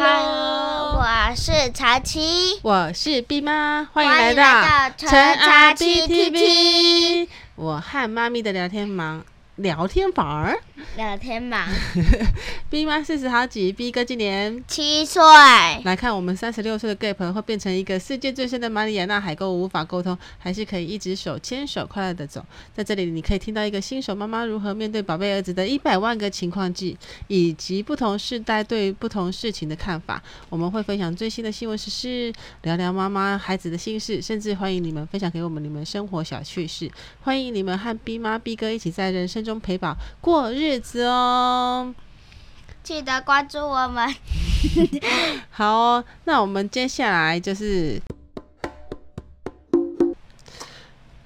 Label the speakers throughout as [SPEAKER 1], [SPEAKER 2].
[SPEAKER 1] Hello，
[SPEAKER 2] 我是茶七，
[SPEAKER 1] 我是 B 妈，欢迎
[SPEAKER 2] 欢
[SPEAKER 1] 来
[SPEAKER 2] 迎来
[SPEAKER 1] 到
[SPEAKER 2] 到陈茶
[SPEAKER 1] B
[SPEAKER 2] T
[SPEAKER 1] V。我和妈咪的聊天房，聊天房儿。
[SPEAKER 2] 聊天榜
[SPEAKER 1] B 妈四十好几，B 哥今年
[SPEAKER 2] 七岁，
[SPEAKER 1] 来看我们三十六岁的 gap 会变成一个世界最深的马里亚纳海沟，无法沟通，还是可以一直手牵手快乐的走。在这里，你可以听到一个新手妈妈如何面对宝贝儿子的一百万个情况记，以及不同世代对不同事情的看法。我们会分享最新的新闻时事，聊聊妈妈孩子的心事，甚至欢迎你们分享给我们你们生活小趣事。欢迎你们和 B 妈 B 哥一起在人生中陪宝过日子哦。
[SPEAKER 2] 记得关注我们。
[SPEAKER 1] 好哦、那我们接下来就是，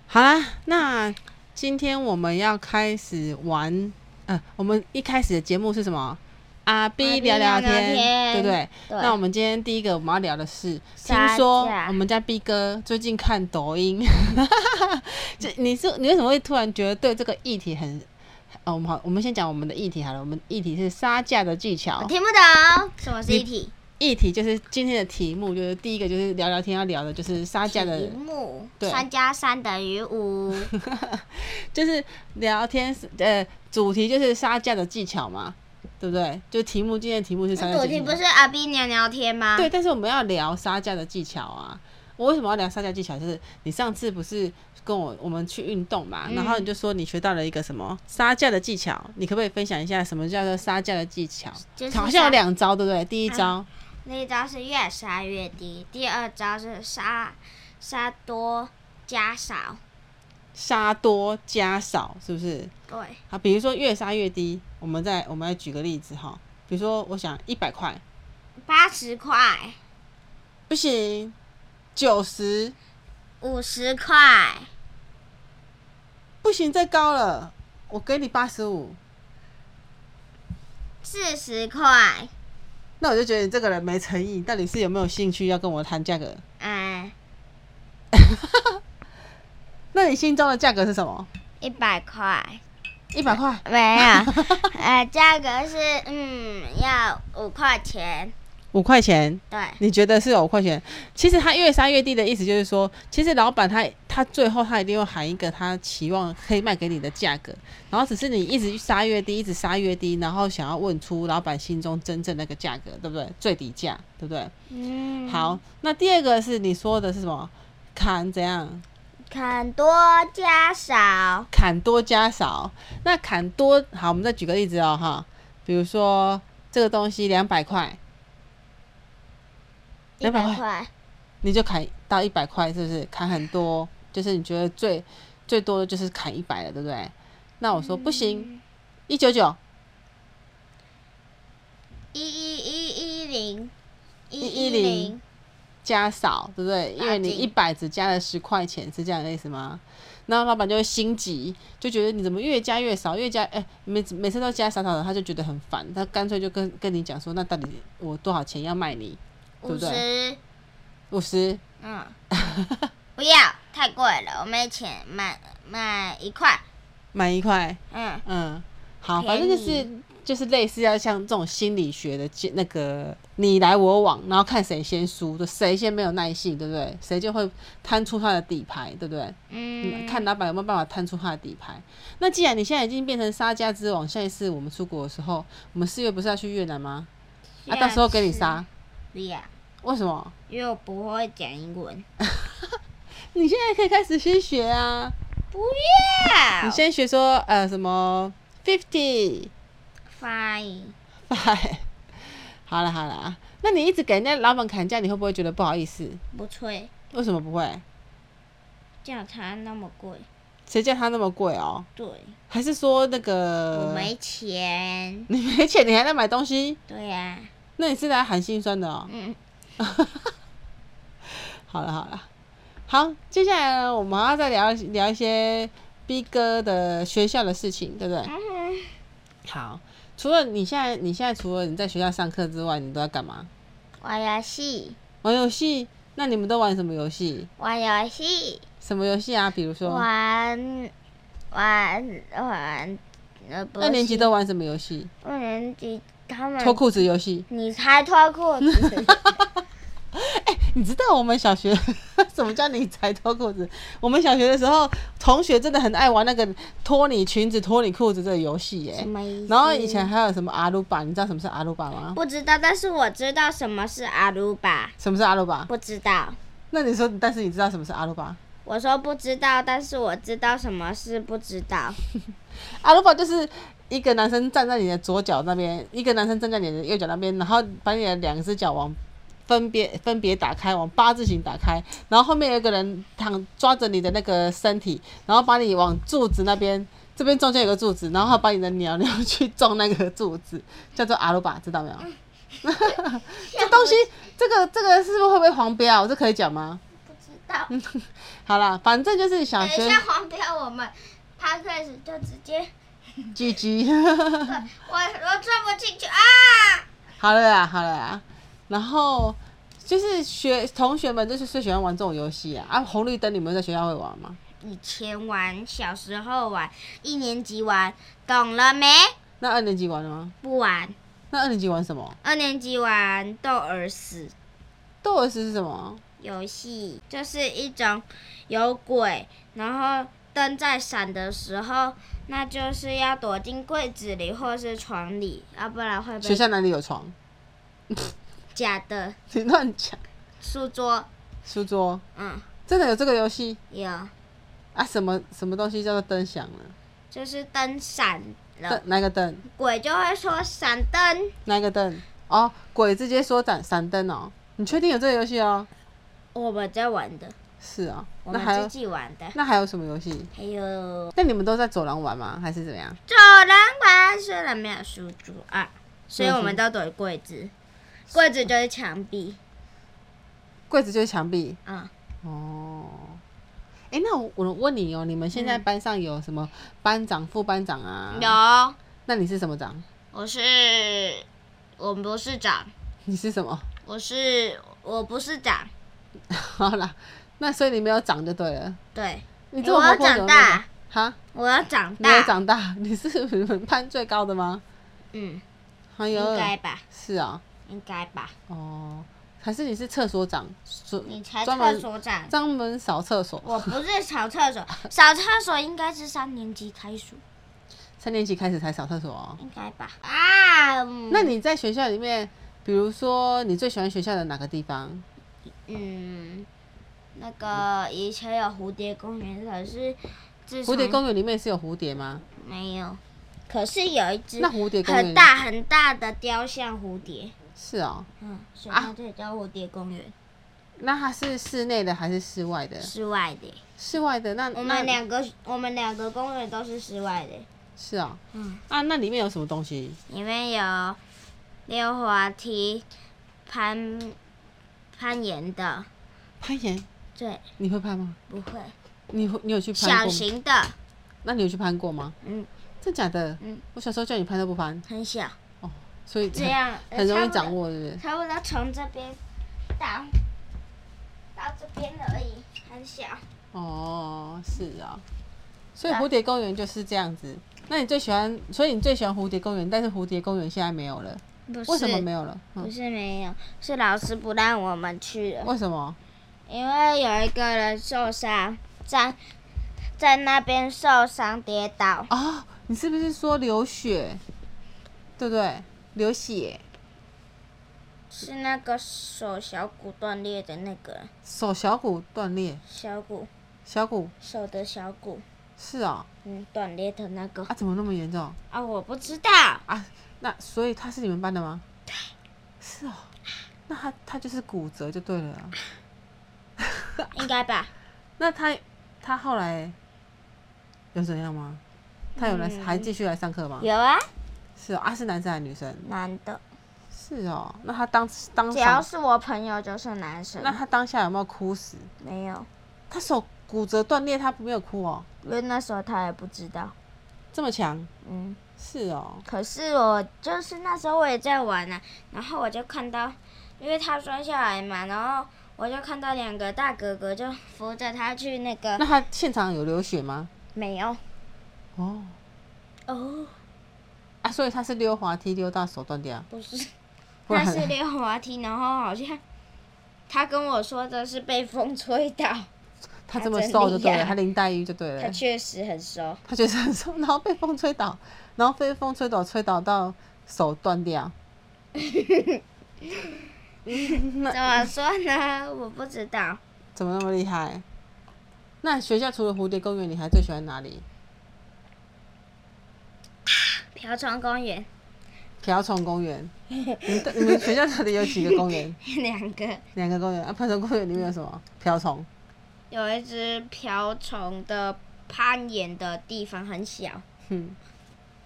[SPEAKER 1] 好啦，那今天我们要开始玩，呃，我们一开始的节目是什么？阿 B 聊聊
[SPEAKER 2] 聊聊天
[SPEAKER 1] 天，对不对？
[SPEAKER 2] 对
[SPEAKER 1] 那我们今天第一个我们要聊的是，听
[SPEAKER 2] 杀
[SPEAKER 1] 说
[SPEAKER 2] 价
[SPEAKER 1] 我们家 B 哥最近看抖音， 就你是你为什么会突然觉得对这个议题很？哦，我们好，我们先讲我们的议题好了。我们议题是杀价的技巧
[SPEAKER 2] 我。听不懂什么是
[SPEAKER 1] 你
[SPEAKER 2] 一体
[SPEAKER 1] 议题就是今天的题目，就是第一个就是聊聊天要聊的，就是杀价
[SPEAKER 2] 题
[SPEAKER 1] 的，
[SPEAKER 2] 目，
[SPEAKER 1] 对
[SPEAKER 2] 三加三等于五，
[SPEAKER 1] 就是聊天是呃主题就是杀价的技巧嘛，对不对？就题目今天的题目是杀
[SPEAKER 2] 那
[SPEAKER 1] 价
[SPEAKER 2] 主
[SPEAKER 1] 的技
[SPEAKER 2] 题不
[SPEAKER 1] 巧，
[SPEAKER 2] 是啊阿 B 聊聊天吗？
[SPEAKER 1] 对，但是我们要聊杀价的技巧啊。我为什么要聊杀价技巧？就是你上次不是跟我我们去运动
[SPEAKER 2] 嗯
[SPEAKER 1] 嘛，然后你就说你学到了一个什么杀价的技巧，你可不可以分享一下什么叫做杀价的技巧？
[SPEAKER 2] 就是
[SPEAKER 1] 好像有
[SPEAKER 2] 杀
[SPEAKER 1] 两招，对不对？第一招，
[SPEAKER 2] 那一招是越杀越低，第二招是杀杀多加少，
[SPEAKER 1] 杀多加少，是不是？
[SPEAKER 2] 对，
[SPEAKER 1] 好，比如说越杀越低，我们再我们来举个例子哈，比如说我想一百块
[SPEAKER 2] 八十块、
[SPEAKER 1] 不行，九十
[SPEAKER 2] 五十块、
[SPEAKER 1] 不行，再高了，我给你八十五，
[SPEAKER 2] 四十块，
[SPEAKER 1] 那我就觉得你这个人没诚意，到底是有没有兴趣要跟我谈价格？
[SPEAKER 2] 嗯，
[SPEAKER 1] 那你心中的价格是什么？
[SPEAKER 2] 一百块。
[SPEAKER 1] 一百块，
[SPEAKER 2] 没 有，呃，价格是嗯，要五块钱，
[SPEAKER 1] 五块钱，
[SPEAKER 2] 对，
[SPEAKER 1] 你觉得是有五块钱？其实他越杀越低的意思就是说，其实老板他他最后他一定会喊一个他期望可以卖给你的价格，然后只是你一直杀越低，一直杀越低，然后想要问出老板心中真正那个价格，对不对？最底价，对不对？
[SPEAKER 2] 嗯，
[SPEAKER 1] 好，，那第二个是你说的是什么？砍怎样？
[SPEAKER 2] 砍多加少，
[SPEAKER 1] 砍多加少？那砍多好，我们再举个例子哦哈，比如说这个东西两百块，
[SPEAKER 2] 一
[SPEAKER 1] 200
[SPEAKER 2] 百
[SPEAKER 1] 块
[SPEAKER 2] 块，
[SPEAKER 1] 你就砍到一百块，是不是？砍很多，就是你觉得最最多的就是砍一百了，对不对？那我说不行，一九九，
[SPEAKER 2] 一一一一零，
[SPEAKER 1] 110，加少，对不对？因为你
[SPEAKER 2] 打紧
[SPEAKER 1] 一百只加了十块钱，是这样的意思吗？然后老板就会心急，就觉得你怎么越加越少，越加哎、每次每次都加少少的，他就觉得很烦，他干脆就跟跟你讲说，那到底我多少钱要卖你？对不
[SPEAKER 2] 五 十，
[SPEAKER 1] 五十，
[SPEAKER 2] 嗯，不要，太贵了，我没钱，买买一块，
[SPEAKER 1] 买一块，
[SPEAKER 2] 嗯，
[SPEAKER 1] 嗯，好，
[SPEAKER 2] 便
[SPEAKER 1] 反
[SPEAKER 2] 宜
[SPEAKER 1] 正就是就是类似要像这种心理学的建那个你来我往，然后看谁先输，就谁先没有耐性，对不对？谁就会摊出他的底牌，对不对？
[SPEAKER 2] 嗯
[SPEAKER 1] 嗯，看老板有没有办法摊出他的底牌。那既然你现在已经变成杀价之王，下一次我们出国的时候，我们四月不是要去越南吗？啊，到时候给你杀，
[SPEAKER 2] 不要，
[SPEAKER 1] 为什么？
[SPEAKER 2] 因为我不会讲英文，
[SPEAKER 1] 你现在可以开始先学啊，
[SPEAKER 2] 不要
[SPEAKER 1] 你先学说呃什么 fifty
[SPEAKER 2] ，fine，
[SPEAKER 1] five，好了好了啊，那你一直给人家老板砍价，你会不会觉得不好意思？
[SPEAKER 2] 不吹，
[SPEAKER 1] 为什么不会？
[SPEAKER 2] 叫它那么贵，
[SPEAKER 1] 谁叫他那么贵哦？
[SPEAKER 2] 对。
[SPEAKER 1] 还是说那个
[SPEAKER 2] 我没钱。
[SPEAKER 1] 你没钱，你还在买东西？
[SPEAKER 2] 对啊呀、
[SPEAKER 1] 那你是来喊心酸的哦。
[SPEAKER 2] 嗯，
[SPEAKER 1] 好了好了，好，接下来呢，我们还要再聊聊一些 B 哥的学校的事情，对不对？
[SPEAKER 2] 嗯
[SPEAKER 1] 好，除了你现在，你现在除了你在学校上课之外，你都在干嘛？
[SPEAKER 2] 玩游戏，
[SPEAKER 1] 玩游戏？那你们都玩什么游戏？
[SPEAKER 2] 玩游戏，
[SPEAKER 1] 什么游戏啊？比如说，
[SPEAKER 2] 玩玩玩，呃，不
[SPEAKER 1] 二年级
[SPEAKER 2] 行
[SPEAKER 1] 都玩什么游戏？
[SPEAKER 2] 二年级他们
[SPEAKER 1] 脱裤子游戏。
[SPEAKER 2] 你才脱裤子，
[SPEAKER 1] 你知道我们小学 什么叫你才脱裤子？我们小学的时候，同学真的很爱玩那个脱你裙子、脱你裤子这个游戏耶
[SPEAKER 2] 什。么意思？
[SPEAKER 1] 然后以前还有什么阿鲁巴？你知道什么是阿鲁巴吗？
[SPEAKER 2] 不知道，但是我知道什么是阿鲁巴，
[SPEAKER 1] 什么是阿鲁巴？
[SPEAKER 2] 不知道。
[SPEAKER 1] 那你说，但是你知道什么是阿鲁巴？
[SPEAKER 2] 我说不知道，但是我知道什么是不知道。
[SPEAKER 1] 阿鲁巴啊就是一个男生站在你的左脚那边，一个男生站在你的右脚那边，然后把你的两只脚往分别分别打开，往八字形打开，然后后面有一个人躺抓着你的那个身体，然后把你往柱子那边，这边中间有个柱子，然后把你的鸟鸟去撞那个柱子，叫做阿鲁巴，知道没有？这东西，这个这个是不是会不会黄标啊？我这可以讲吗？
[SPEAKER 2] 不知道。
[SPEAKER 1] 好啦，反正就是嗯小学
[SPEAKER 2] 黄标，我们 p o d c a s 就直接，
[SPEAKER 1] GG。
[SPEAKER 2] 我我转不进去啊！
[SPEAKER 1] 好了啦，好了啦。然后就是学同学们就是最喜欢玩这种游戏啊。啊，红绿灯你们在学校会玩吗？
[SPEAKER 2] 以前玩，小时候玩，一年级玩，懂了没？
[SPEAKER 1] 那二年级玩了吗？
[SPEAKER 2] 不玩，
[SPEAKER 1] 那二年级玩什么？
[SPEAKER 2] 二年级玩斗而死
[SPEAKER 1] 斗鹅石是什么？
[SPEAKER 2] 游戏，就是一种有鬼，然后灯在闪的时候，那就是要躲进柜子里或是床里，要不然会
[SPEAKER 1] 学
[SPEAKER 2] 被
[SPEAKER 1] 校哪里有床？
[SPEAKER 2] 假的
[SPEAKER 1] 你乱讲。
[SPEAKER 2] 书桌。
[SPEAKER 1] 书桌
[SPEAKER 2] 嗯，
[SPEAKER 1] 真的有这个游戏
[SPEAKER 2] 有，
[SPEAKER 1] 啊？什么什么东西叫做灯响了？
[SPEAKER 2] 就是灯闪了
[SPEAKER 1] 灯，哪一个灯？
[SPEAKER 2] 鬼就会说闪灯。
[SPEAKER 1] 哪一个灯？哦，鬼直接说闪闪灯哦。你确定有这个游戏哦？
[SPEAKER 2] 我们在玩的，
[SPEAKER 1] 是哦。
[SPEAKER 2] 我
[SPEAKER 1] 那
[SPEAKER 2] 们
[SPEAKER 1] 还
[SPEAKER 2] 自
[SPEAKER 1] 有
[SPEAKER 2] 己玩的，
[SPEAKER 1] 那还有什么游戏？
[SPEAKER 2] 还有
[SPEAKER 1] 那你们都在走廊玩吗？还是怎么样？
[SPEAKER 2] 走廊玩虽然没有书桌啊，所以我们都躲柜子，柜子就是墙壁
[SPEAKER 1] 柜子就是墙壁，
[SPEAKER 2] 啊、
[SPEAKER 1] 哦，哎、那我我问你哦，你们现在班上有什么班长、副班长啊？。
[SPEAKER 2] 嗯有，
[SPEAKER 1] 那你是什么长？
[SPEAKER 2] 我是我不是长，
[SPEAKER 1] 你是什么？
[SPEAKER 2] 我是我不是长，
[SPEAKER 1] 好啦，那所以你没有长就对了。
[SPEAKER 2] 对，
[SPEAKER 1] 你这么
[SPEAKER 2] 我
[SPEAKER 1] 活
[SPEAKER 2] 要
[SPEAKER 1] 泼怎么
[SPEAKER 2] 长
[SPEAKER 1] 没有长
[SPEAKER 2] 大，
[SPEAKER 1] 哈？
[SPEAKER 2] 我要长
[SPEAKER 1] 没有
[SPEAKER 2] 大，
[SPEAKER 1] 长大， 你是你们班最高的吗？
[SPEAKER 2] 嗯，
[SPEAKER 1] 哎
[SPEAKER 2] 应
[SPEAKER 1] 呦，
[SPEAKER 2] 该吧，
[SPEAKER 1] 是啊，
[SPEAKER 2] 应该吧，
[SPEAKER 1] 哦，还是你是厕所长？所
[SPEAKER 2] 你才
[SPEAKER 1] 专
[SPEAKER 2] 厕
[SPEAKER 1] 门
[SPEAKER 2] 所长。
[SPEAKER 1] 专门扫厕所。
[SPEAKER 2] 我不是扫厕所，扫厕所应该是三年级开始，
[SPEAKER 1] 三年级开始才扫厕所哦。
[SPEAKER 2] 应该吧？啊，嗯
[SPEAKER 1] 那你在学校里面，比如说你最喜欢学校的哪个地方？
[SPEAKER 2] 嗯，那个以前有蝴蝶公园，可是自从
[SPEAKER 1] 蝴蝶公园里面是有蝴蝶吗？
[SPEAKER 2] 没有，可是有一只
[SPEAKER 1] 那蝴蝶公园
[SPEAKER 2] 很大很大的雕像蝴蝶，
[SPEAKER 1] 是哦，
[SPEAKER 2] 嗯，所以它就叫蝴蝶公园。
[SPEAKER 1] 那它是室内的还是室外的？
[SPEAKER 2] 室外的，
[SPEAKER 1] 室外的那
[SPEAKER 2] 我
[SPEAKER 1] 那
[SPEAKER 2] 们两个我们两个公园都是室外的，
[SPEAKER 1] 是啊、
[SPEAKER 2] 嗯
[SPEAKER 1] 啊，那里面有什么东西？
[SPEAKER 2] 里面有溜滑梯、攀攀岩的，
[SPEAKER 1] 攀岩，
[SPEAKER 2] 对，
[SPEAKER 1] 你会攀吗？
[SPEAKER 2] 不会
[SPEAKER 1] 你会你有去攀
[SPEAKER 2] 小
[SPEAKER 1] 过吗？
[SPEAKER 2] 型的，
[SPEAKER 1] 那你有去攀过吗？
[SPEAKER 2] 嗯
[SPEAKER 1] 真假的？
[SPEAKER 2] 嗯，
[SPEAKER 1] 我小时候叫你攀都不攀，
[SPEAKER 2] 很小，
[SPEAKER 1] 所以
[SPEAKER 2] 这
[SPEAKER 1] 很
[SPEAKER 2] 样
[SPEAKER 1] 很容易
[SPEAKER 2] 掌
[SPEAKER 1] 掌
[SPEAKER 2] 握。
[SPEAKER 1] 握，对不对？
[SPEAKER 2] 差不多从这边到到这边而已，很小。
[SPEAKER 1] 哦，是啊、所以蝴蝶公园就是这样子。那你最喜欢，所以你最喜欢蝴蝶公园，但是蝴蝶公园现在没有了，
[SPEAKER 2] 不是
[SPEAKER 1] 为什么没有了？嗯
[SPEAKER 2] 不是没有，是老师不让我们去了，
[SPEAKER 1] 为什么？
[SPEAKER 2] 因为有一个人受伤，在在那边受伤跌倒，
[SPEAKER 1] 哦，你是不是说流血？对不对？流血，
[SPEAKER 2] 是那个手小骨断裂的那个人
[SPEAKER 1] 手小骨断裂，
[SPEAKER 2] 小骨
[SPEAKER 1] 小骨
[SPEAKER 2] 手的小骨，
[SPEAKER 1] 是啊、
[SPEAKER 2] 嗯，断裂的那个
[SPEAKER 1] 啊，怎么那么严重
[SPEAKER 2] 啊，我不知道，
[SPEAKER 1] 啊？那所以他是你们班的吗？对，是哦。那他他就是骨折就对了啊。
[SPEAKER 2] 应该吧？
[SPEAKER 1] 那他他后来有怎样吗？他有来、还继续来上课吗？
[SPEAKER 2] 嗯有啊，
[SPEAKER 1] 是哦啊，是男生还是女生？
[SPEAKER 2] 男的，
[SPEAKER 1] 是哦。那他当当
[SPEAKER 2] 只要
[SPEAKER 1] 场，
[SPEAKER 2] 是我朋友就是男生，
[SPEAKER 1] 那他当下有没有哭死？
[SPEAKER 2] 没有。
[SPEAKER 1] 他手骨折断裂，他没有哭哦，
[SPEAKER 2] 因为那时候他也不知道。
[SPEAKER 1] 这么强。
[SPEAKER 2] 嗯，
[SPEAKER 1] 是哦，
[SPEAKER 2] 可是我就是那时候我也在玩呢、然后我就看到，因为他摔下来嘛，然后我就看到两个大哥哥就扶着他去那个
[SPEAKER 1] 那他现场有流血吗？
[SPEAKER 2] 没有
[SPEAKER 1] 哦，
[SPEAKER 2] 哦，
[SPEAKER 1] 啊，啊，所以他是溜滑梯溜到手断掉，
[SPEAKER 2] 不是，
[SPEAKER 1] 不
[SPEAKER 2] 那
[SPEAKER 1] 然
[SPEAKER 2] 是溜滑梯，然后好像他跟我说的是被风吹倒，
[SPEAKER 1] 他
[SPEAKER 2] 他
[SPEAKER 1] 这么
[SPEAKER 2] 真
[SPEAKER 1] 瘦就
[SPEAKER 2] 厉
[SPEAKER 1] 对了，
[SPEAKER 2] 害
[SPEAKER 1] 他林黛玉就 对
[SPEAKER 2] 他
[SPEAKER 1] 了，
[SPEAKER 2] 确实很瘦，
[SPEAKER 1] 他觉得很瘦，然后被风吹倒，然后被风吹倒，吹倒到手断掉，
[SPEAKER 2] 怎么说呢？我不知道。
[SPEAKER 1] 怎么那么厉害？那学校除了蝴蝶公园，你还最喜欢哪里？
[SPEAKER 2] 瓢虫公园
[SPEAKER 1] 瓢虫公 园。你们你们学校到底有几个公园？
[SPEAKER 2] 两个
[SPEAKER 1] 两个公园啊，瓢虫公园里面有什么？瓢虫。
[SPEAKER 2] 有一只瓢虫的攀岩的地方很小，
[SPEAKER 1] 嗯，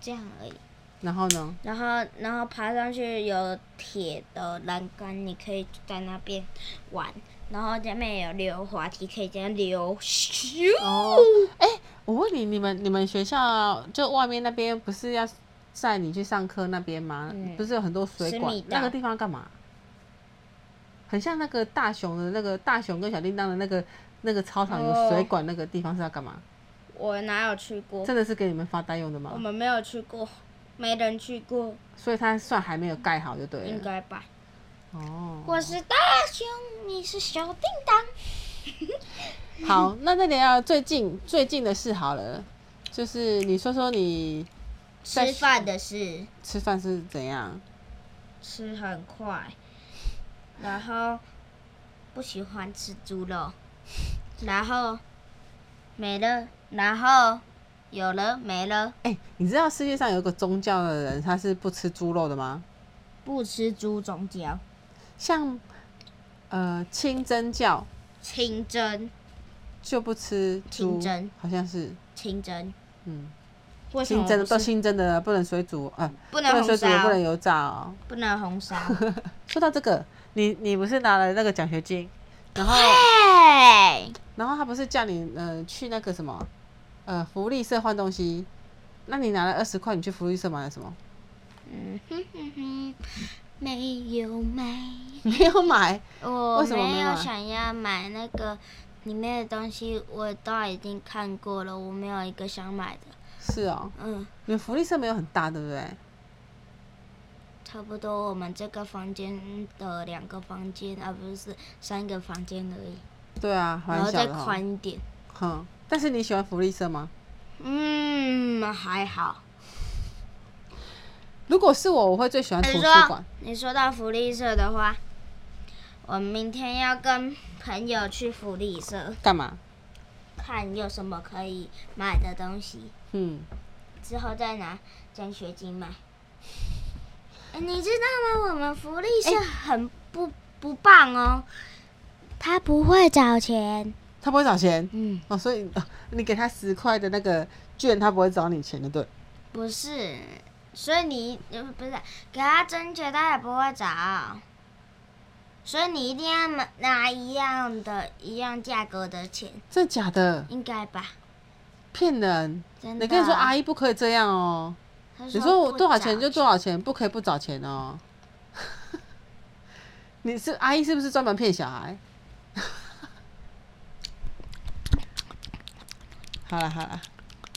[SPEAKER 2] 这样而已。
[SPEAKER 1] 然后呢？
[SPEAKER 2] 然后，然后爬上去有铁的栏杆，你可以在那边玩。然后下面有溜滑梯，可以这样溜。咻！
[SPEAKER 1] 哦，
[SPEAKER 2] 嗯
[SPEAKER 1] 哎、我问你，你们你们学校就外面那边不是要载你去上课那边吗？
[SPEAKER 2] 嗯
[SPEAKER 1] 不是有很多水
[SPEAKER 2] 十
[SPEAKER 1] 管
[SPEAKER 2] 米，道
[SPEAKER 1] 那个地方要干嘛？很像那个大熊的那个大熊跟小叮当的那个那个操场有
[SPEAKER 2] 哦
[SPEAKER 1] 水管那个地方是要干嘛？
[SPEAKER 2] 我哪有去过？
[SPEAKER 1] 真的是给你们发呆用的
[SPEAKER 2] 哦我
[SPEAKER 1] 吗？
[SPEAKER 2] 们没有去过，没人去过，
[SPEAKER 1] 所以它算还没有盖好就对
[SPEAKER 2] 应
[SPEAKER 1] 了。
[SPEAKER 2] 该吧？
[SPEAKER 1] 哦，
[SPEAKER 2] 我是大熊，你是小叮当。
[SPEAKER 1] 好，那再聊聊最近最近的事好了，就是你说说你在
[SPEAKER 2] 吃饭的事，
[SPEAKER 1] 吃饭是怎样？
[SPEAKER 2] 吃很快，然后不喜欢吃猪肉，然后没了，然后有了没了。
[SPEAKER 1] 哎、你知道世界上有一个宗教的人，他是不吃猪肉的吗？
[SPEAKER 2] 不吃猪中脚，
[SPEAKER 1] 像呃清真教
[SPEAKER 2] 清蒸，
[SPEAKER 1] 就不吃猪
[SPEAKER 2] 清真，
[SPEAKER 1] 好像是
[SPEAKER 2] 清蒸，
[SPEAKER 1] 嗯，
[SPEAKER 2] 为什么
[SPEAKER 1] 清真的
[SPEAKER 2] 不
[SPEAKER 1] 都
[SPEAKER 2] 是
[SPEAKER 1] 清真的，不能水煮啊、
[SPEAKER 2] 不
[SPEAKER 1] 不
[SPEAKER 2] 能
[SPEAKER 1] 能水
[SPEAKER 2] 红
[SPEAKER 1] 煮，也不
[SPEAKER 2] 烧
[SPEAKER 1] 能，油炸哦。
[SPEAKER 2] 不能 红烧？
[SPEAKER 1] 说到这个，你你不是拿了那个奖学金，然后
[SPEAKER 2] 嘿，
[SPEAKER 1] 然后他不是叫你呃去那个什么呃福利社换东西，那你拿了二十块，你去福利社买了什 么？
[SPEAKER 2] 嗯哼哼哼，没有买，
[SPEAKER 1] 没有买，
[SPEAKER 2] 我
[SPEAKER 1] 为什么没
[SPEAKER 2] 哦没有
[SPEAKER 1] 买
[SPEAKER 2] 想要买那个里面的东西，我都已经看过了，我没有一个想买的。
[SPEAKER 1] 是哦，
[SPEAKER 2] 嗯，
[SPEAKER 1] 你们福利社没有很大，对不对？
[SPEAKER 2] 差不多我们这个房间的两个房间，而、不是三个房间而已，
[SPEAKER 1] 对啊，
[SPEAKER 2] 然
[SPEAKER 1] 蛮
[SPEAKER 2] 后
[SPEAKER 1] 小
[SPEAKER 2] 再
[SPEAKER 1] 的哦。
[SPEAKER 2] 宽一点。
[SPEAKER 1] 哼，嗯但是你喜欢福利社吗？
[SPEAKER 2] 嗯，还好。
[SPEAKER 1] 如果是我，我会最喜欢图
[SPEAKER 2] 哎你
[SPEAKER 1] 书
[SPEAKER 2] 说
[SPEAKER 1] 馆。
[SPEAKER 2] 你说到福利社的话，我明天要跟朋友去福利社
[SPEAKER 1] 干嘛？
[SPEAKER 2] 看有什么可以买的东西，
[SPEAKER 1] 嗯，
[SPEAKER 2] 之后再拿奖学金买。 哎你知道吗？我们福利
[SPEAKER 1] 哎
[SPEAKER 2] 社很不、不棒哦，他不会找钱。
[SPEAKER 1] 他不会找钱
[SPEAKER 2] 嗯，
[SPEAKER 1] 哦，所以、哦你给他十块的那个券，他不会找你钱的，对。
[SPEAKER 2] 不是，所以你呃不是给他正确，他也不会找。所以你一定要买拿一样的、一样价格的钱，
[SPEAKER 1] 真的假的？
[SPEAKER 2] 应该吧？
[SPEAKER 1] 骗人！
[SPEAKER 2] 真的。啊
[SPEAKER 1] 你跟你说阿姨不可以这样哦，
[SPEAKER 2] 他
[SPEAKER 1] 你说我
[SPEAKER 2] 不
[SPEAKER 1] 多少钱
[SPEAKER 2] 找
[SPEAKER 1] 就多少钱，不可以不找钱哦。 你是阿姨是不是专门骗小孩？ 好了好了，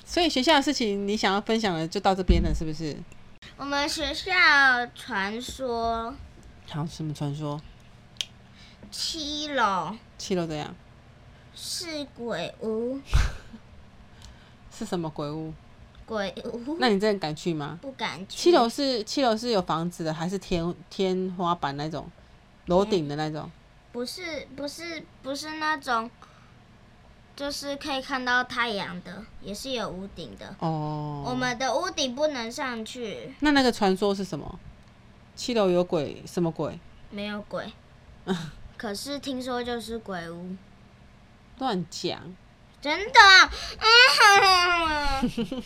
[SPEAKER 1] 所以学校的事情你想要分享的就到这边了，是不是？
[SPEAKER 2] 我们学校传说
[SPEAKER 1] 好，什么传说？
[SPEAKER 2] 七楼
[SPEAKER 1] 七楼怎样？
[SPEAKER 2] 是鬼屋，
[SPEAKER 1] 是什么鬼屋？
[SPEAKER 2] 鬼屋
[SPEAKER 1] 那你真的敢去吗？
[SPEAKER 2] 不敢嗯去。
[SPEAKER 1] 七楼是七楼是有房子的，还是天天花板那种，楼顶的那种？
[SPEAKER 2] 不是不是不是那种，就是可以看到太阳的，也是有屋顶的。
[SPEAKER 1] 哦，
[SPEAKER 2] 我们的屋顶不能上去，
[SPEAKER 1] 那那个传说是什么？七楼有鬼，什么鬼？
[SPEAKER 2] 没有鬼。
[SPEAKER 1] 嗯
[SPEAKER 2] 可是听说就是鬼屋，
[SPEAKER 1] 乱讲。
[SPEAKER 2] 真的啊。嗯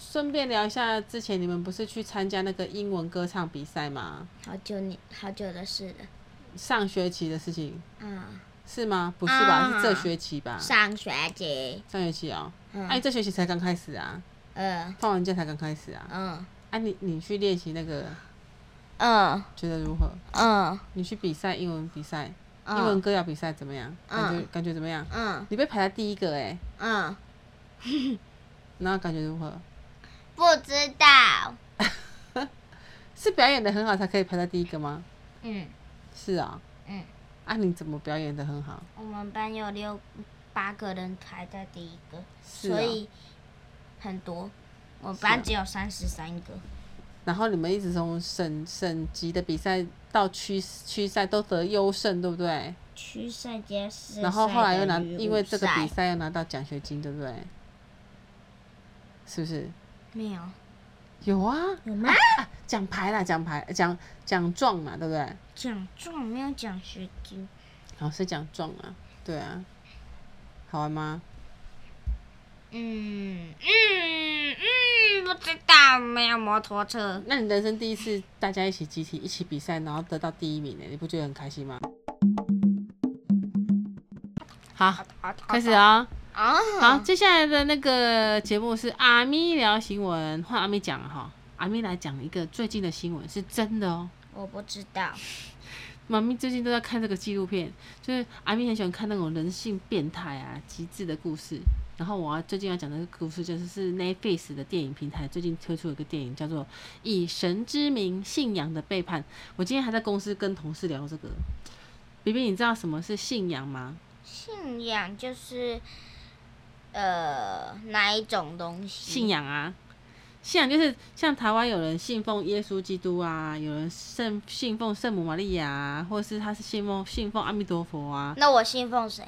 [SPEAKER 1] 顺便聊一下，之前你们不是去参加那个英文歌唱比赛吗？
[SPEAKER 2] 好久你好久的事了
[SPEAKER 1] 上学期的事情
[SPEAKER 2] 啊，
[SPEAKER 1] 是吗？不是吧？
[SPEAKER 2] 啊
[SPEAKER 1] 是这学期吧？
[SPEAKER 2] 上学期，
[SPEAKER 1] 上学期哦，哎、
[SPEAKER 2] 嗯
[SPEAKER 1] 你这学期才刚开始啊，
[SPEAKER 2] 呃
[SPEAKER 1] 放完假才刚开始啊。
[SPEAKER 2] 嗯
[SPEAKER 1] 啊你，你去练习那个，
[SPEAKER 2] 嗯
[SPEAKER 1] 觉得如何？
[SPEAKER 2] 嗯
[SPEAKER 1] 你去比赛英文比赛，英文
[SPEAKER 2] 嗯
[SPEAKER 1] 歌谣比赛怎么样？
[SPEAKER 2] 啊
[SPEAKER 1] 感觉感觉怎么样？
[SPEAKER 2] 嗯
[SPEAKER 1] 欸你被排在第一个哎、
[SPEAKER 2] 嗯，
[SPEAKER 1] 然后感觉如何？
[SPEAKER 2] 不知道。
[SPEAKER 1] 是表演的很好才可以排在第一个吗？
[SPEAKER 2] 嗯
[SPEAKER 1] 是啊，
[SPEAKER 2] 嗯，
[SPEAKER 1] 啊，你怎么表演的很好？
[SPEAKER 2] 我们班有六八个人排在第一个，
[SPEAKER 1] 是啊
[SPEAKER 2] 所以很多。我
[SPEAKER 1] 是啊
[SPEAKER 2] 班只有三十三个。
[SPEAKER 1] 然后你们一直从省省级的比赛到区区赛都得优胜，对不对？
[SPEAKER 2] 区赛加市
[SPEAKER 1] 然后后来又拿，
[SPEAKER 2] 赛等于
[SPEAKER 1] 因为这个
[SPEAKER 2] 五
[SPEAKER 1] 比赛又拿到奖学金，对不对？是不是？
[SPEAKER 2] 没有
[SPEAKER 1] 有啊，
[SPEAKER 2] 有吗？
[SPEAKER 1] 啊奖牌啦，奖牌奖奖状嘛，对不对？
[SPEAKER 2] 奖状没有奖学金，
[SPEAKER 1] 好是奖状啊，对啊，好玩吗？
[SPEAKER 2] 嗯嗯嗯，不知道，没有摩托车。
[SPEAKER 1] 那你人生第一次大家一起集体一起比赛，然后得到第一名呢，你不觉得很开心吗？好，开始啊、
[SPEAKER 2] 啊！
[SPEAKER 1] 好，接下来的那个节目是阿咪聊新闻，换阿咪讲了哈。阿咪来讲一个最近的新闻，是真的哦。
[SPEAKER 2] 我不知道，
[SPEAKER 1] 妈咪最近都在看这个纪录片，就是阿咪很喜欢看那种人性变态啊、极致的故事。然后我要最近要讲的故事就是是 Netflix 的电影平台最近推出了一个电影，叫做《以神之名：信仰的背叛》。我今天还在公司跟同事聊这个。比比，你知道什么是信仰吗？
[SPEAKER 2] 信仰就是呃哪一种东西？
[SPEAKER 1] 信
[SPEAKER 2] 仰
[SPEAKER 1] 仰啊，信仰就是像台湾有人信奉耶稣基督啊，有人圣信奉圣母玛利亚、啊，或是他是信奉信奉阿弥陀佛啊。
[SPEAKER 2] 那我信奉谁？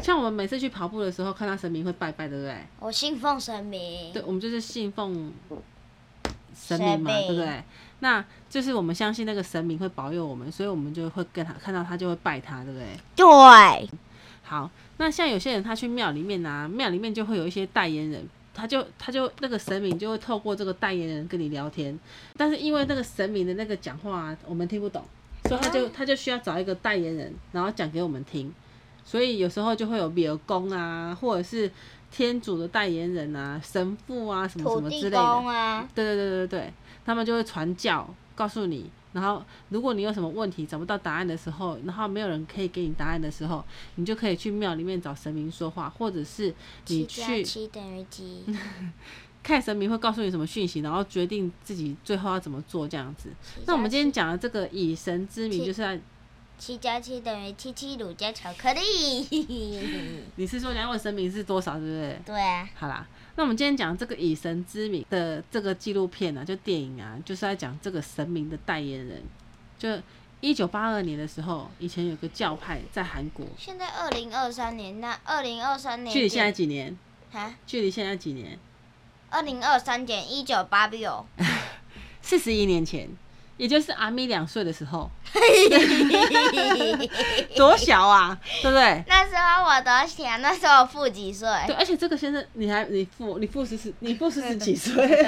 [SPEAKER 1] 像我们每次去跑步的时候，看到神明会拜拜，对不对？
[SPEAKER 2] 我信奉神明。
[SPEAKER 1] 对，我们就是信奉神明嘛，对不对？那就是我们相信那个神明会保佑我们，所以我们就会跟他看到他就会拜他，对不对？
[SPEAKER 2] 对，
[SPEAKER 1] 好，那像有些人他去庙里面啊，庙里面就会有一些代言人，他就他就那个神明就会透过这个代言人跟你聊天，但是因为那个神明的那个讲话、啊、我们听不懂，所以他
[SPEAKER 2] 啊
[SPEAKER 1] 就他就需要找一个代言人，然后讲给我们听，所以有时候就会有庙公啊，或者是天主的代言人啊、神父啊什么什
[SPEAKER 2] 土
[SPEAKER 1] 么
[SPEAKER 2] 地
[SPEAKER 1] 之类的
[SPEAKER 2] 公，啊，
[SPEAKER 1] 对对对对对，他们就会传教告诉你，然后如果你有什么问题找不到答案的时候，然后没有人可以给你答案的时候，你就可以去庙里面找神明说话，或者是你
[SPEAKER 2] 七加
[SPEAKER 1] 去
[SPEAKER 2] 七等于 几？
[SPEAKER 1] 看神明会告诉你什么讯息，然后决定自己最后要怎么做这样子。
[SPEAKER 2] 七
[SPEAKER 1] 那我们
[SPEAKER 2] 加
[SPEAKER 1] 今天
[SPEAKER 2] 七
[SPEAKER 1] 讲的这个以神之名，
[SPEAKER 2] 七
[SPEAKER 1] 就是在
[SPEAKER 2] 七加七等于七七乳加巧克力。
[SPEAKER 1] 你是说你要问神明是多少，对不对？
[SPEAKER 2] 对啊，
[SPEAKER 1] 好啦，那我们今天讲这个以神之名的这个纪录片啊，就电影啊，就是在讲这个神明的代言人。就一九八二年的时候，以前有个教派在韩国，
[SPEAKER 2] 现在二零二三年，那二零二三年
[SPEAKER 1] 距离现在几
[SPEAKER 2] 减
[SPEAKER 1] 年？
[SPEAKER 2] 啊，
[SPEAKER 1] 距离现在几年？
[SPEAKER 2] 二零二三减一九八 六，
[SPEAKER 1] 四十一年前，也就是阿咪两岁的时候，多小啊，对不对？
[SPEAKER 2] 那时候我多小？那时候我负几岁？
[SPEAKER 1] 对，而且这个先生，你还你父你父十十，你父十十几岁，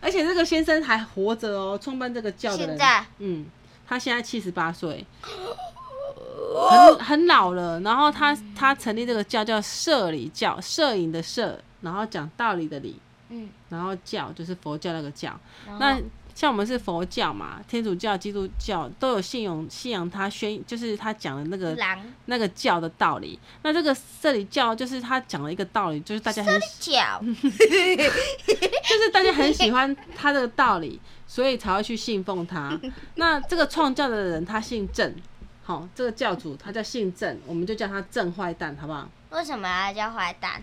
[SPEAKER 1] 而且这个先生还活着哦，创办这个教的人，
[SPEAKER 2] 现在
[SPEAKER 1] 嗯，他现在七十八 岁，很很老了。然后他他成立这个教叫摄理教，摄影的摄，然后讲道理的理，
[SPEAKER 2] 嗯，
[SPEAKER 1] 然后教就是佛教那个教。
[SPEAKER 2] 然
[SPEAKER 1] 那
[SPEAKER 2] 后
[SPEAKER 1] 像我们是佛教嘛，天主教、基督教都有信仰信仰他宣，就是他讲的那个
[SPEAKER 2] 狼
[SPEAKER 1] 那个教的道理。那这个这里教就是他讲了一个道理，就是大家很
[SPEAKER 2] 脚，
[SPEAKER 1] 嗯就是大家很喜欢他这个道理，所以才会去信奉他。那这个创教的人他姓郑，好，这个教主他叫姓郑，我们就叫他郑坏蛋，好不好？
[SPEAKER 2] 为什么要叫坏蛋？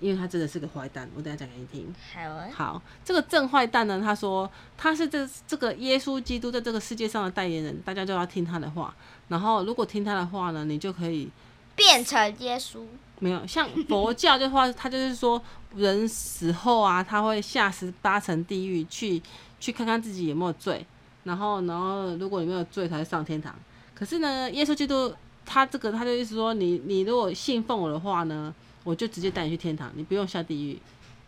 [SPEAKER 1] 因为他真的是个坏蛋，我等一下讲给你听。
[SPEAKER 2] 海文，
[SPEAKER 1] 好，这个正坏蛋呢，他说他是这这个耶稣基督在这个世界上的代言人，大家就要听他的话。然后如果听他的话呢，你就可以
[SPEAKER 2] 变成耶稣，
[SPEAKER 1] 没有像佛教的话，他就是说人死后啊，他会下十八层地狱去去看看自己有没有罪，然后然后如果你没有罪，才会上天堂。可是呢，耶稣基督他这个他就意思说，你你如果信奉我的话呢，我就直接带你去天堂，你不用下地狱。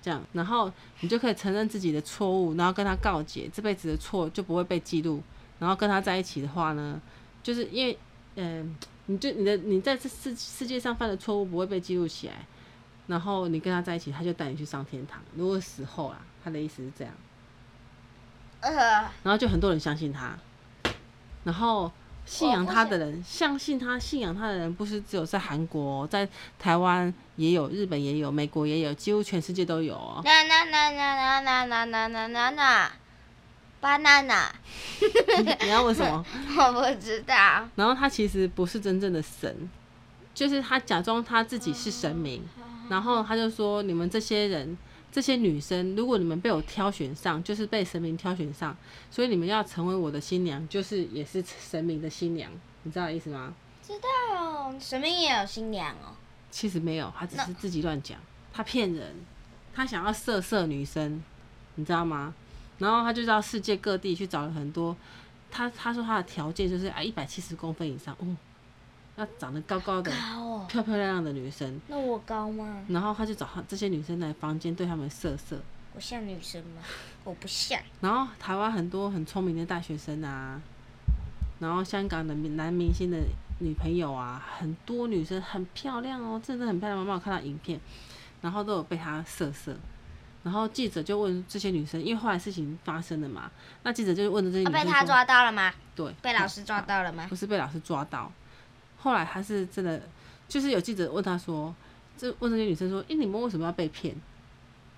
[SPEAKER 1] 这样，然后你就可以承认自己的错误，然后跟他告解，这辈子的错就不会被记录。然后跟他在一起的话呢，就是因为，嗯、你就你的你在这世世界上犯的错误不会被记录起来，然后你跟他在一起，他就带你去上天堂。如果死后啦，他的意思是这样，
[SPEAKER 2] 呃，
[SPEAKER 1] 然后就很多人相信他，然后信仰他的人，相信他、信仰他的人，不是只有在韩国哦、在台湾也有，日本也有，美国也有，几乎全世界都有 哦。
[SPEAKER 2] 那那那那那那那那那那，banana，
[SPEAKER 1] 你要问什么？
[SPEAKER 2] 我不知道。
[SPEAKER 1] 然后他其实不是真正的神，就是他假装他自己是神明，然后他就说：“你们这些人，这些女生，如果你们被我挑选上，就是被神明挑选上，所以你们要成为我的新娘，就是也是神明的新娘，你知道意思吗
[SPEAKER 2] 知道，神明也有新娘哦。？”
[SPEAKER 1] 其实没有，他只是自己乱讲，他骗人，他想要色色女生，你知道吗？然后他就到世界各地去找了很多，他他说他的条件就是啊一百七十公分以上，哦，要长得高高的，
[SPEAKER 2] 高哦，
[SPEAKER 1] 漂漂亮亮的女生，
[SPEAKER 2] 那我高吗？
[SPEAKER 1] 然后他就找他这些女生来房间对她们色色。
[SPEAKER 2] 我像女生吗？我不像。
[SPEAKER 1] 然后台湾很多很聪明的大学生啊，然后香港的男明星的女朋友啊，很多女生很漂亮哦，真的很漂亮。妈妈有看到影片，然后都有被他色色。然后记者就问这些女生，因为后来事情发生了嘛，那记者就问了这些
[SPEAKER 2] 啊、
[SPEAKER 1] 女生
[SPEAKER 2] 被
[SPEAKER 1] 说，
[SPEAKER 2] 他抓到了吗？
[SPEAKER 1] 对，
[SPEAKER 2] 被老师抓到 了吗？
[SPEAKER 1] 不是被老师抓到，后来他是真的，就是有记者问他说，这问这些女生说，诶，你们为什么要被骗？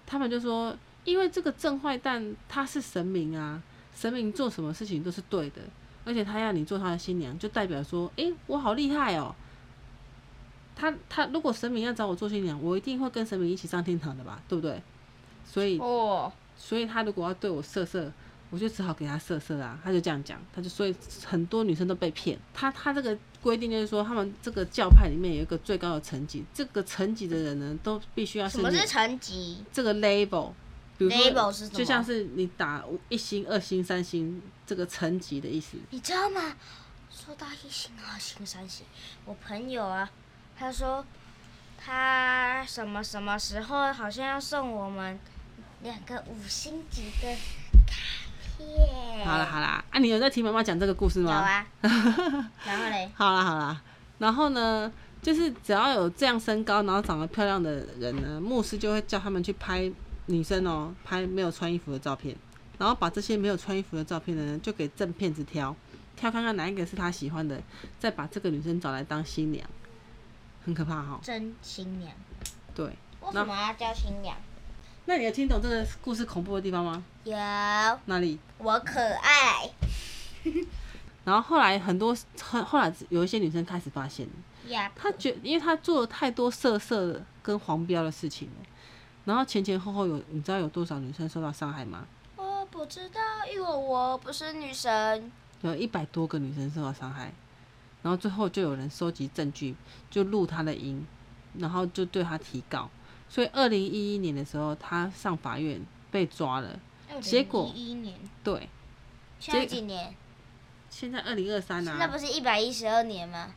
[SPEAKER 1] 他们就说，因为这个正坏蛋他是神明啊，神明做什么事情都是对的，而且他要你做他的新娘，就代表说，诶，我好厉害哦。他他如果神明要找我做新娘，我一定会跟神明一起上天堂的吧，对不对？所以
[SPEAKER 2] 哦，
[SPEAKER 1] 所以他如果要对我色色，我就只好给他色色啊。他就这样讲，他就所以很多女生都被骗。他他这个规定就是说，他们这个教派里面有一个最高的层级，这个层级的人呢，都必须要
[SPEAKER 2] 什
[SPEAKER 1] 是
[SPEAKER 2] 么
[SPEAKER 1] 你
[SPEAKER 2] 是成绩？
[SPEAKER 1] 这个 label。比如说
[SPEAKER 2] Label 是什么
[SPEAKER 1] 就像是你打一星、二星、三星这个层级的意思。
[SPEAKER 2] 你知道吗？说到一啊星、二星、三星，我朋友啊，他说他什么什么时候好像要送我们两个五星级的卡片。
[SPEAKER 1] 好啦好啦，啊，你有在听妈妈讲这个故事
[SPEAKER 2] 有
[SPEAKER 1] 吗？
[SPEAKER 2] 啊。 然后嘞，
[SPEAKER 1] 好啦好啦，然后呢，就是只要有这样身高，然后长得漂亮的人呢，牧师就会叫他们去拍女生哦，拍没有穿衣服的照片，然后把这些没有穿衣服的照片的人就给正骗子挑，挑看看哪一个是他喜欢的，再把这个女生找来当新娘，很可怕哈、哦
[SPEAKER 2] 真新娘，
[SPEAKER 1] 对，
[SPEAKER 2] 为什么要叫新娘？
[SPEAKER 1] 那你有听懂这个故事恐怖的地方吗？
[SPEAKER 2] 有
[SPEAKER 1] 哪里？
[SPEAKER 2] 我可爱
[SPEAKER 1] 然后后来很多，后后来有一些女生开始发现了。
[SPEAKER 2] 呀，
[SPEAKER 1] 他觉，因为他做了太多色色的跟黄标的事情了，然后前前后后有，你知道有多少女生受到伤害吗？
[SPEAKER 2] 我不知道，因为我不是女神。
[SPEAKER 1] 有一百多个女生受到伤害，然后最后就有人收集证据，就录他的音，然后就对他提告。所以二零一一年的时候，他上法院被抓了。结果
[SPEAKER 2] 一年，
[SPEAKER 1] 对，
[SPEAKER 2] 现在几年？
[SPEAKER 1] 现在二零二三
[SPEAKER 2] 现在
[SPEAKER 1] 啊，
[SPEAKER 2] 不是一百一十二年吗？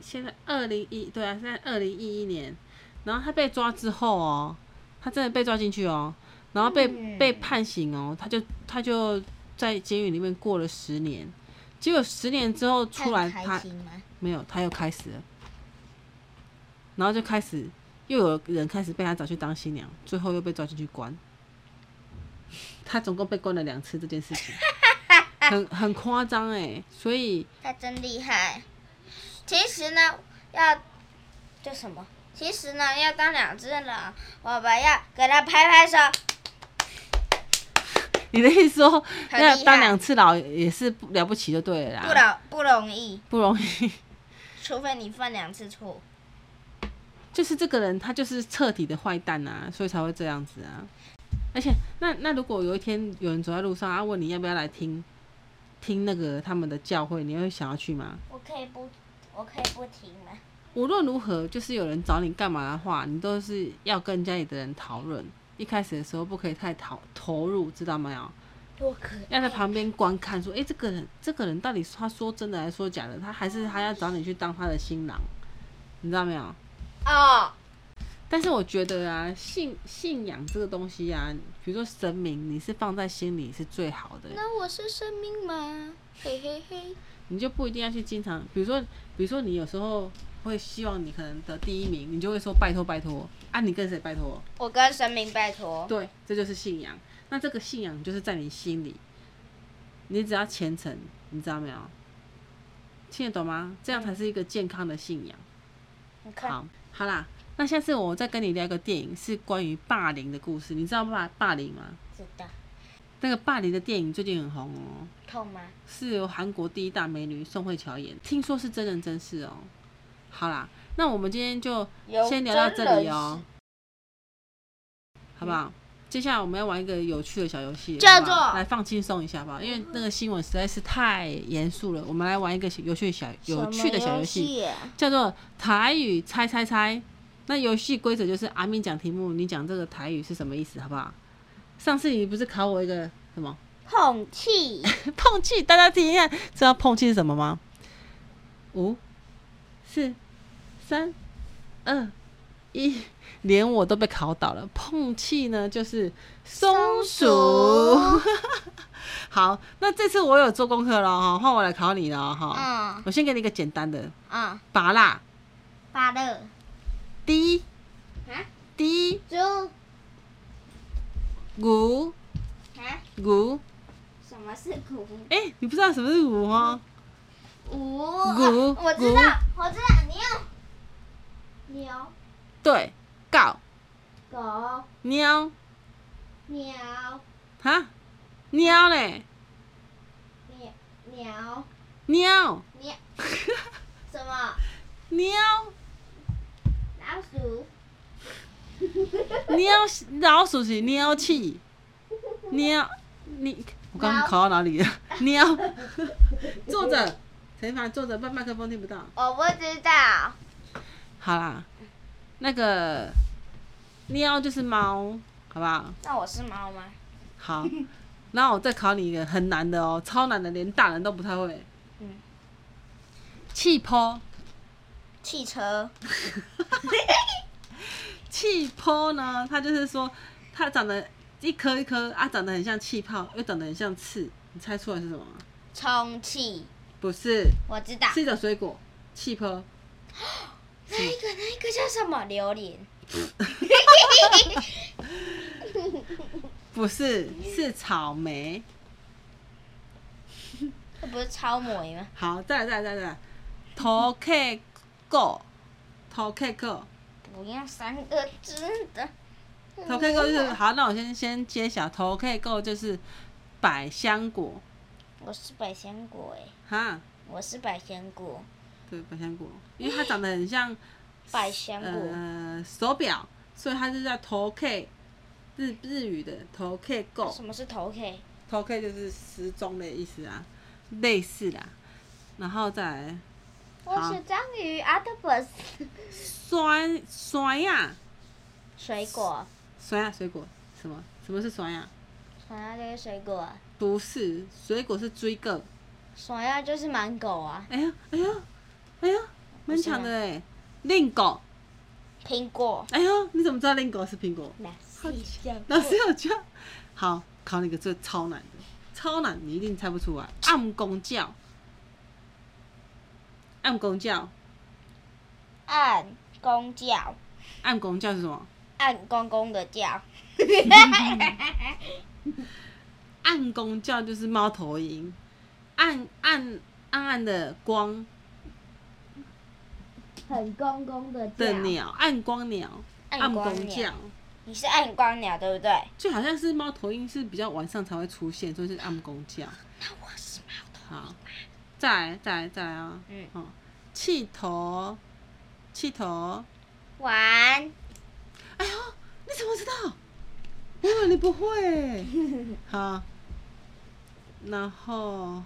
[SPEAKER 1] 现在二零一对啊，现在二零一一年，然后他被抓之后哦，他真的被抓进去哦，然后被、
[SPEAKER 2] 嗯
[SPEAKER 1] 被判刑哦，他就他就在监狱里面过了十年，结果十年之后出来
[SPEAKER 2] 太
[SPEAKER 1] 他
[SPEAKER 2] 开心吗？
[SPEAKER 1] 没有，他又开始了，然后就开始又有人开始被他找去当新娘，最后又被抓进去关。他总共被关了两次这件事情，很很夸张哎，所以
[SPEAKER 2] 他真厉害。其实呢，要叫什么？其实呢，要当两只狼，我们要给他拍拍手。
[SPEAKER 1] 啊你的意思说
[SPEAKER 2] 很厉害
[SPEAKER 1] 要当两次老也是不了不起就对了啦，啊
[SPEAKER 2] 不容不容易，
[SPEAKER 1] 不容易。
[SPEAKER 2] 除非你犯两次错。
[SPEAKER 1] 就是这个人他就是彻底的坏蛋啊，所以才会这样子啊。而且那那如果有一天有人走在路上啊，问你要不要来听听那个他们的教会，你会想要去吗？
[SPEAKER 2] 我可以不，我可以不停吗？
[SPEAKER 1] 无论如何，就是有人找你干嘛的话，你都是要跟家里的人讨论。一开始的时候不可以太投投入，知道没有？
[SPEAKER 2] 多可
[SPEAKER 1] 要在旁边观看，说，诶，哎这个人，这个人到底他说真的还是说假的？他还是他要找你去当他的新郎，你知道没有？
[SPEAKER 2] 哦，
[SPEAKER 1] 但是我觉得啊，信信仰这个东西啊，比如说神明，你是放在心里是最好的，
[SPEAKER 2] 那我是生命吗？嘿嘿嘿，
[SPEAKER 1] 你就不一定要去经常，比如说，比如说你有时候会希望你可能得第一名，你就会说拜托拜托啊，你跟谁拜托？
[SPEAKER 2] 我跟神明拜托。
[SPEAKER 1] 对，这就是信仰。那这个信仰就是在你心里，你只要虔诚，你知道没有？听得懂吗？这样才是一个健康的信仰。
[SPEAKER 2] 你看，
[SPEAKER 1] 好，好啦，那下次我再跟你聊一个电影，是关于霸凌的故事。你知道霸霸凌吗？
[SPEAKER 2] 知道
[SPEAKER 1] 那个霸凌的电影最近很红哦，
[SPEAKER 2] 痛吗？
[SPEAKER 1] 是由韩国第一大美女宋慧乔演，听说是真人真事哦。好啦，那我们今天就
[SPEAKER 2] 有
[SPEAKER 1] 先聊到
[SPEAKER 2] 真
[SPEAKER 1] 这里
[SPEAKER 2] 人
[SPEAKER 1] 哦，好不好？接下来我们要玩一个有趣的小游戏，
[SPEAKER 2] 叫
[SPEAKER 1] 好不好
[SPEAKER 2] 做
[SPEAKER 1] 来放轻松一下吧，因为那个新闻实在是太严肃了。我们来玩一个有趣的小
[SPEAKER 2] 事
[SPEAKER 1] 有趣的
[SPEAKER 2] 什么
[SPEAKER 1] 小游
[SPEAKER 2] 游
[SPEAKER 1] 戏，
[SPEAKER 2] 戏啊，
[SPEAKER 1] 叫做台语猜猜猜。那游戏规则就是阿明讲题目，你讲这个台语是什么意思，好不好？上次你不是考我一个什么
[SPEAKER 2] 碰气
[SPEAKER 1] 碰气？大家听一下，知道碰气是什么吗？五、四、三、二、一，连我都被考倒了。碰气呢，就是松鼠。 好，那这次我有做功课了哈，换我来考你了哈。
[SPEAKER 2] 嗯
[SPEAKER 1] 我先给你一个简单的，
[SPEAKER 2] 嗯，
[SPEAKER 1] 拔蜡
[SPEAKER 2] 巴乐
[SPEAKER 1] 滴
[SPEAKER 2] 啊，
[SPEAKER 1] 滴。
[SPEAKER 2] 猪
[SPEAKER 1] 鼓
[SPEAKER 2] 啊，
[SPEAKER 1] 鼓，
[SPEAKER 2] 什么是 鼓？
[SPEAKER 1] 哎、你不知道什么是鼓哦吗？
[SPEAKER 2] 鼓
[SPEAKER 1] 鼓
[SPEAKER 2] 我知道，我知道，牛牛
[SPEAKER 1] 对，告
[SPEAKER 2] 狗
[SPEAKER 1] 喵
[SPEAKER 2] 鸟
[SPEAKER 1] 哈，喵嘞
[SPEAKER 2] 鸟鸟
[SPEAKER 1] 喵
[SPEAKER 2] 鸟，什么
[SPEAKER 1] 喵
[SPEAKER 2] 老鼠？
[SPEAKER 1] 喵，老鼠是喵气，喵你我刚刚
[SPEAKER 2] 喵
[SPEAKER 1] 考到哪里了？ 喵，坐着，陈凡坐着，麦麦克风听不到。
[SPEAKER 2] 我不知道，
[SPEAKER 1] 好啦，那个喵就是猫，好不好？
[SPEAKER 2] 那我是猫吗？
[SPEAKER 1] 好，然后我再考你一个很难的哦，超难的，连大人都不太会。
[SPEAKER 2] 嗯
[SPEAKER 1] 气泡，
[SPEAKER 2] 汽车
[SPEAKER 1] 气泡呢？它就是说，它长得一颗一颗啊，长得很像气泡，又长得很像刺。你猜出来是什么吗？
[SPEAKER 2] 充气，
[SPEAKER 1] 不是，
[SPEAKER 2] 我知道。
[SPEAKER 1] 是一种水果，气泡。
[SPEAKER 2] 那一个那一个叫什么榴莲？
[SPEAKER 1] 不是，是草莓。
[SPEAKER 2] 这不是超模吗？
[SPEAKER 1] 好，再来，再来，再来再来，头 K 够，头 K 够，
[SPEAKER 2] 不要三个字的。嗯
[SPEAKER 1] 头 K 够就是好。那我先先揭晓，头 K 够就是百香果。
[SPEAKER 2] 我是百香果哎，
[SPEAKER 1] 哈，
[SPEAKER 2] 我是百香果，
[SPEAKER 1] 对，百香果，因为它长得很像
[SPEAKER 2] 百香果，
[SPEAKER 1] 呃手表，所以它就叫头 K，日日语的头 K 够，
[SPEAKER 2] 什么是头 K？
[SPEAKER 1] 头 K 就是时钟的意思啊，类似啦。然后再来
[SPEAKER 2] 我是章鱼 octopus。
[SPEAKER 1] 酸酸呀，
[SPEAKER 2] 水果，
[SPEAKER 1] 酸呀水果什么？什么是酸呀？
[SPEAKER 2] 酸鸭就是水果，
[SPEAKER 1] 不是，水果是追个。
[SPEAKER 2] 酸鸭就是芒果啊，
[SPEAKER 1] 哎呀哎呀哎呀，蛮强的哎、令狗，
[SPEAKER 2] 苹果。
[SPEAKER 1] 哎呦，你怎么知道令狗是苹果？
[SPEAKER 2] 哪是香
[SPEAKER 1] 老师有教。好，考你个最超难的，超难，你一定猜不出来。暗公教，暗公教，
[SPEAKER 2] 按公叫，
[SPEAKER 1] 暗公教是什么？
[SPEAKER 2] 按公公的叫，
[SPEAKER 1] 暗公教就是猫头鹰，暗暗暗暗的光
[SPEAKER 2] 很公公的
[SPEAKER 1] 的鸟，暗光鸟，暗
[SPEAKER 2] 啊暗光
[SPEAKER 1] 公
[SPEAKER 2] 鸟
[SPEAKER 1] 教，，
[SPEAKER 2] 你是暗光鸟对不对？
[SPEAKER 1] 就好像是猫头鹰是比较晚上才会出现，所以是暗公教。
[SPEAKER 2] 那我是猫头。
[SPEAKER 1] 好，再来再来再来啊！
[SPEAKER 2] 嗯，
[SPEAKER 1] 哦，气头，气头。
[SPEAKER 2] 玩
[SPEAKER 1] 哎呦，你怎么知道？我以为你不会。好，然后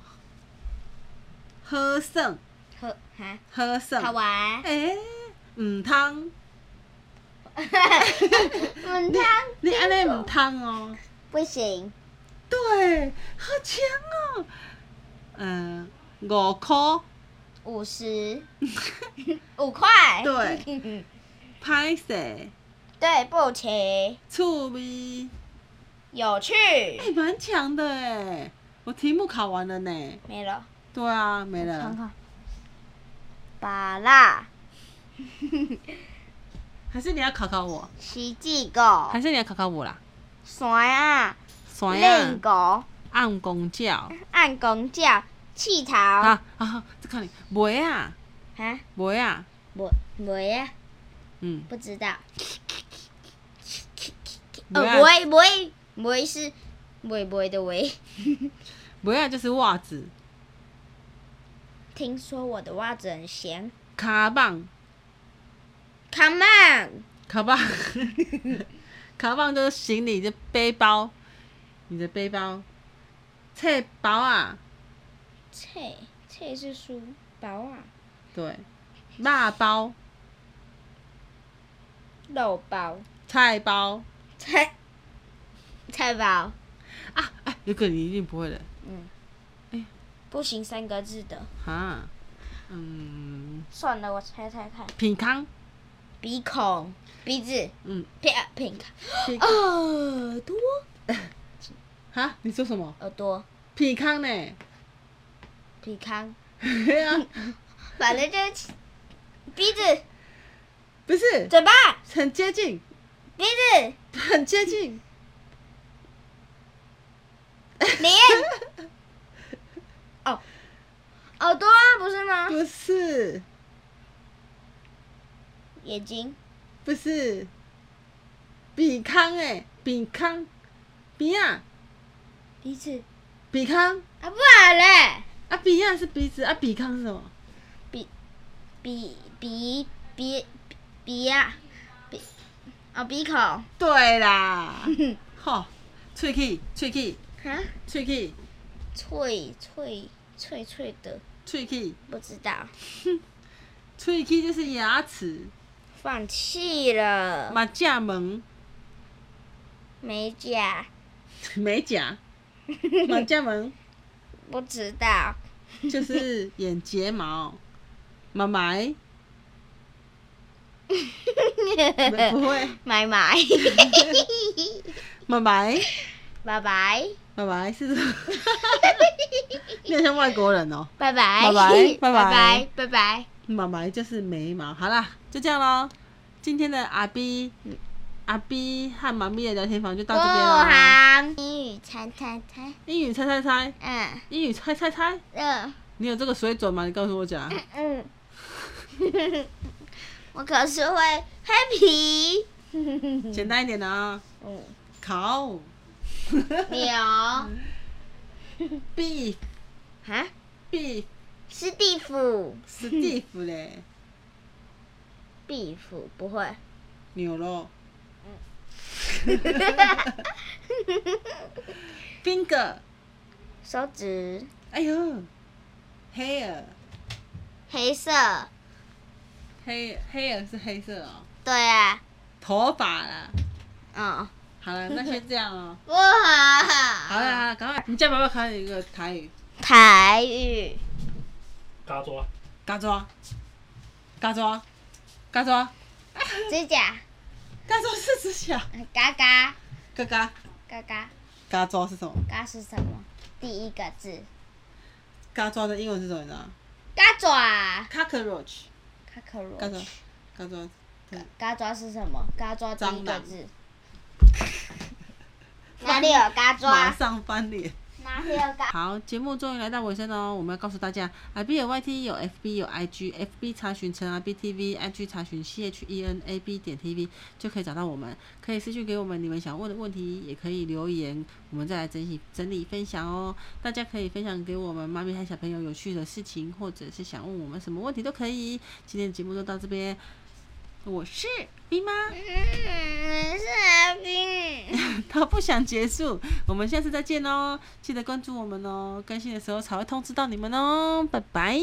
[SPEAKER 1] 喝剩
[SPEAKER 2] 和哈，
[SPEAKER 1] 喝剩，
[SPEAKER 2] 好玩。
[SPEAKER 1] 哎、嗯汤，
[SPEAKER 2] 哎 嗯，汤
[SPEAKER 1] 你安尼唔汤哦。
[SPEAKER 2] 不行，
[SPEAKER 1] 对，好强哦。嗯、五块，
[SPEAKER 2] 五十五块。
[SPEAKER 1] 对，拍势，
[SPEAKER 2] 对不起，
[SPEAKER 1] 趣味，
[SPEAKER 2] 有趣
[SPEAKER 1] 哎、蛮强的哎。我题目考完了呢。
[SPEAKER 2] 没了，
[SPEAKER 1] 对啊，没
[SPEAKER 2] 看
[SPEAKER 1] 了。
[SPEAKER 2] 看，巴拉
[SPEAKER 1] 还是你要考考我？
[SPEAKER 2] 奇迹狗。
[SPEAKER 1] 还是你要考考我啦？
[SPEAKER 2] 山啊，
[SPEAKER 1] 酸呀
[SPEAKER 2] 令，狗，
[SPEAKER 1] 暗暗公教。
[SPEAKER 2] 暗公叫气头啊，
[SPEAKER 1] 啊 啊，这看你梅啊梅啊，
[SPEAKER 2] 没没啊，
[SPEAKER 1] 嗯，
[SPEAKER 2] 不知道。
[SPEAKER 1] 梅
[SPEAKER 2] 呃，
[SPEAKER 1] 啊
[SPEAKER 2] 围围围是围围的围。
[SPEAKER 1] 梅啊就是袜子，
[SPEAKER 2] 听说我的袜子很咸
[SPEAKER 1] 卡棒
[SPEAKER 2] ，Come on，
[SPEAKER 1] 卡棒 卡棒就是行李，就背包，你的背包，册包啊，
[SPEAKER 2] 切切是书包啊，
[SPEAKER 1] 对，肉包、
[SPEAKER 2] 肉包
[SPEAKER 1] 菜包
[SPEAKER 2] 菜菜包，
[SPEAKER 1] 啊，哎，有个你一定不会的
[SPEAKER 2] 嗯，
[SPEAKER 1] 哎呀
[SPEAKER 2] 不行三个字的，
[SPEAKER 1] 啊，嗯，
[SPEAKER 2] 算了，我猜猜看，
[SPEAKER 1] 品康，
[SPEAKER 2] 鼻孔鼻子
[SPEAKER 1] 嗯，
[SPEAKER 2] p i pink，
[SPEAKER 1] 品
[SPEAKER 2] 耳朵
[SPEAKER 1] 啊，你说什么？
[SPEAKER 2] 耳朵
[SPEAKER 1] 品康呢？
[SPEAKER 2] 鼻康，
[SPEAKER 1] 对啊，
[SPEAKER 2] 反正就是鼻子
[SPEAKER 1] 不是，
[SPEAKER 2] 嘴巴
[SPEAKER 1] 很接近，
[SPEAKER 2] 鼻子
[SPEAKER 1] 很接近，
[SPEAKER 2] 脸， 哦，耳朵啊不是吗？
[SPEAKER 1] 不是，
[SPEAKER 2] 眼睛
[SPEAKER 1] 不是，比康哎、比康，比亚，
[SPEAKER 2] 鼻子
[SPEAKER 1] 比康
[SPEAKER 2] 啊不然嘞。
[SPEAKER 1] 啊，比亚是鼻子啊，比康是什么？
[SPEAKER 2] 鼻鼻鼻鼻呀、鼻哦鼻孔 啊
[SPEAKER 1] 对啦， 吼，喙齿，喙齿，，
[SPEAKER 2] 哈
[SPEAKER 1] 喙齿，
[SPEAKER 2] 脆脆脆脆的，
[SPEAKER 1] 喙齿，
[SPEAKER 2] 不知道，
[SPEAKER 1] 喙齿就是牙齿，
[SPEAKER 2] 放弃了。
[SPEAKER 1] 马甲门，
[SPEAKER 2] 美甲
[SPEAKER 1] 美甲，马甲门
[SPEAKER 2] 不知道，
[SPEAKER 1] 就是眼睫毛，妈埋，不会，
[SPEAKER 2] 买买，
[SPEAKER 1] 妈埋。
[SPEAKER 2] 拜拜
[SPEAKER 1] 拜拜，是什么？你很像外国人哦、
[SPEAKER 2] 拜拜
[SPEAKER 1] 拜拜拜
[SPEAKER 2] 拜
[SPEAKER 1] 拜
[SPEAKER 2] 拜拜，
[SPEAKER 1] 妈妈就是眉毛。好啦，就这样喽。今天的阿 B、阿 B 和妈咪的聊天房就到这边
[SPEAKER 2] 我
[SPEAKER 1] 了。
[SPEAKER 2] 行英语猜猜猜，
[SPEAKER 1] 英语猜猜猜，
[SPEAKER 2] 嗯
[SPEAKER 1] 英语猜猜猜，
[SPEAKER 2] 嗯
[SPEAKER 1] 你有这个水准吗？你告诉我讲。
[SPEAKER 2] 嗯，我可是会 happy，
[SPEAKER 1] 简单一点的啊、
[SPEAKER 2] 嗯，
[SPEAKER 1] 考
[SPEAKER 2] 牛啊
[SPEAKER 1] beef beef
[SPEAKER 2] 史蒂夫，
[SPEAKER 1] 史蒂夫嘞，
[SPEAKER 2] 壁虎不会。
[SPEAKER 1] 牛肉 finger，
[SPEAKER 2] 手指
[SPEAKER 1] 哎呦，hair。
[SPEAKER 2] 黑色，
[SPEAKER 1] 黑黑人是黑色哦，
[SPEAKER 2] 对啊，
[SPEAKER 1] 头发啦。
[SPEAKER 2] 嗯，
[SPEAKER 1] 好了，那先这样哦。
[SPEAKER 2] 不好。
[SPEAKER 1] 好了好了，赶快，你叫爸爸考你一个台语，
[SPEAKER 2] 台语，
[SPEAKER 3] 嘎抓，
[SPEAKER 1] 嘎抓，嘎抓，嘎抓，
[SPEAKER 2] 指甲，嗯
[SPEAKER 1] 嘎抓是指甲，
[SPEAKER 2] 嘎嘎
[SPEAKER 1] 嘎嘎，
[SPEAKER 2] 嘎嘎
[SPEAKER 1] 嘎抓是什么？
[SPEAKER 2] 嘎是什么？第一个字，
[SPEAKER 1] 嘎抓的英文是什么？你知道吗
[SPEAKER 2] 嘎爪，
[SPEAKER 1] ？cockroach，
[SPEAKER 2] 卡克罗
[SPEAKER 1] 嘎抓，嘎抓，对
[SPEAKER 2] 嘎爪是什么？嘎爪第一
[SPEAKER 1] 蟑
[SPEAKER 2] 个
[SPEAKER 1] 螂
[SPEAKER 2] 字，哪里有
[SPEAKER 1] 马
[SPEAKER 2] 嘎爪？
[SPEAKER 1] 上翻脸。
[SPEAKER 2] 哪里有嘎？
[SPEAKER 1] 好，节目终于来到尾声哦喽。我们要告诉大家，IB 有 YT，有 FB，有 IG，FB 查询成啊 IBTV，IG 查询 E CHENAB 点 TV 就可以找到我们，可以私讯给我们你们想问的问题，也可以留言，我们再来整理整理分享哦。大家可以分享给我们妈咪和小朋友有趣的事情，或者是想问我们什么问题都可以。今天的节目就到这边，我是咪妈。
[SPEAKER 2] 嗯，是阿兵。
[SPEAKER 1] 他不想结束，我们下次再见哦！记得关注我们哦，更新的时候才会通知到你们哦，拜拜。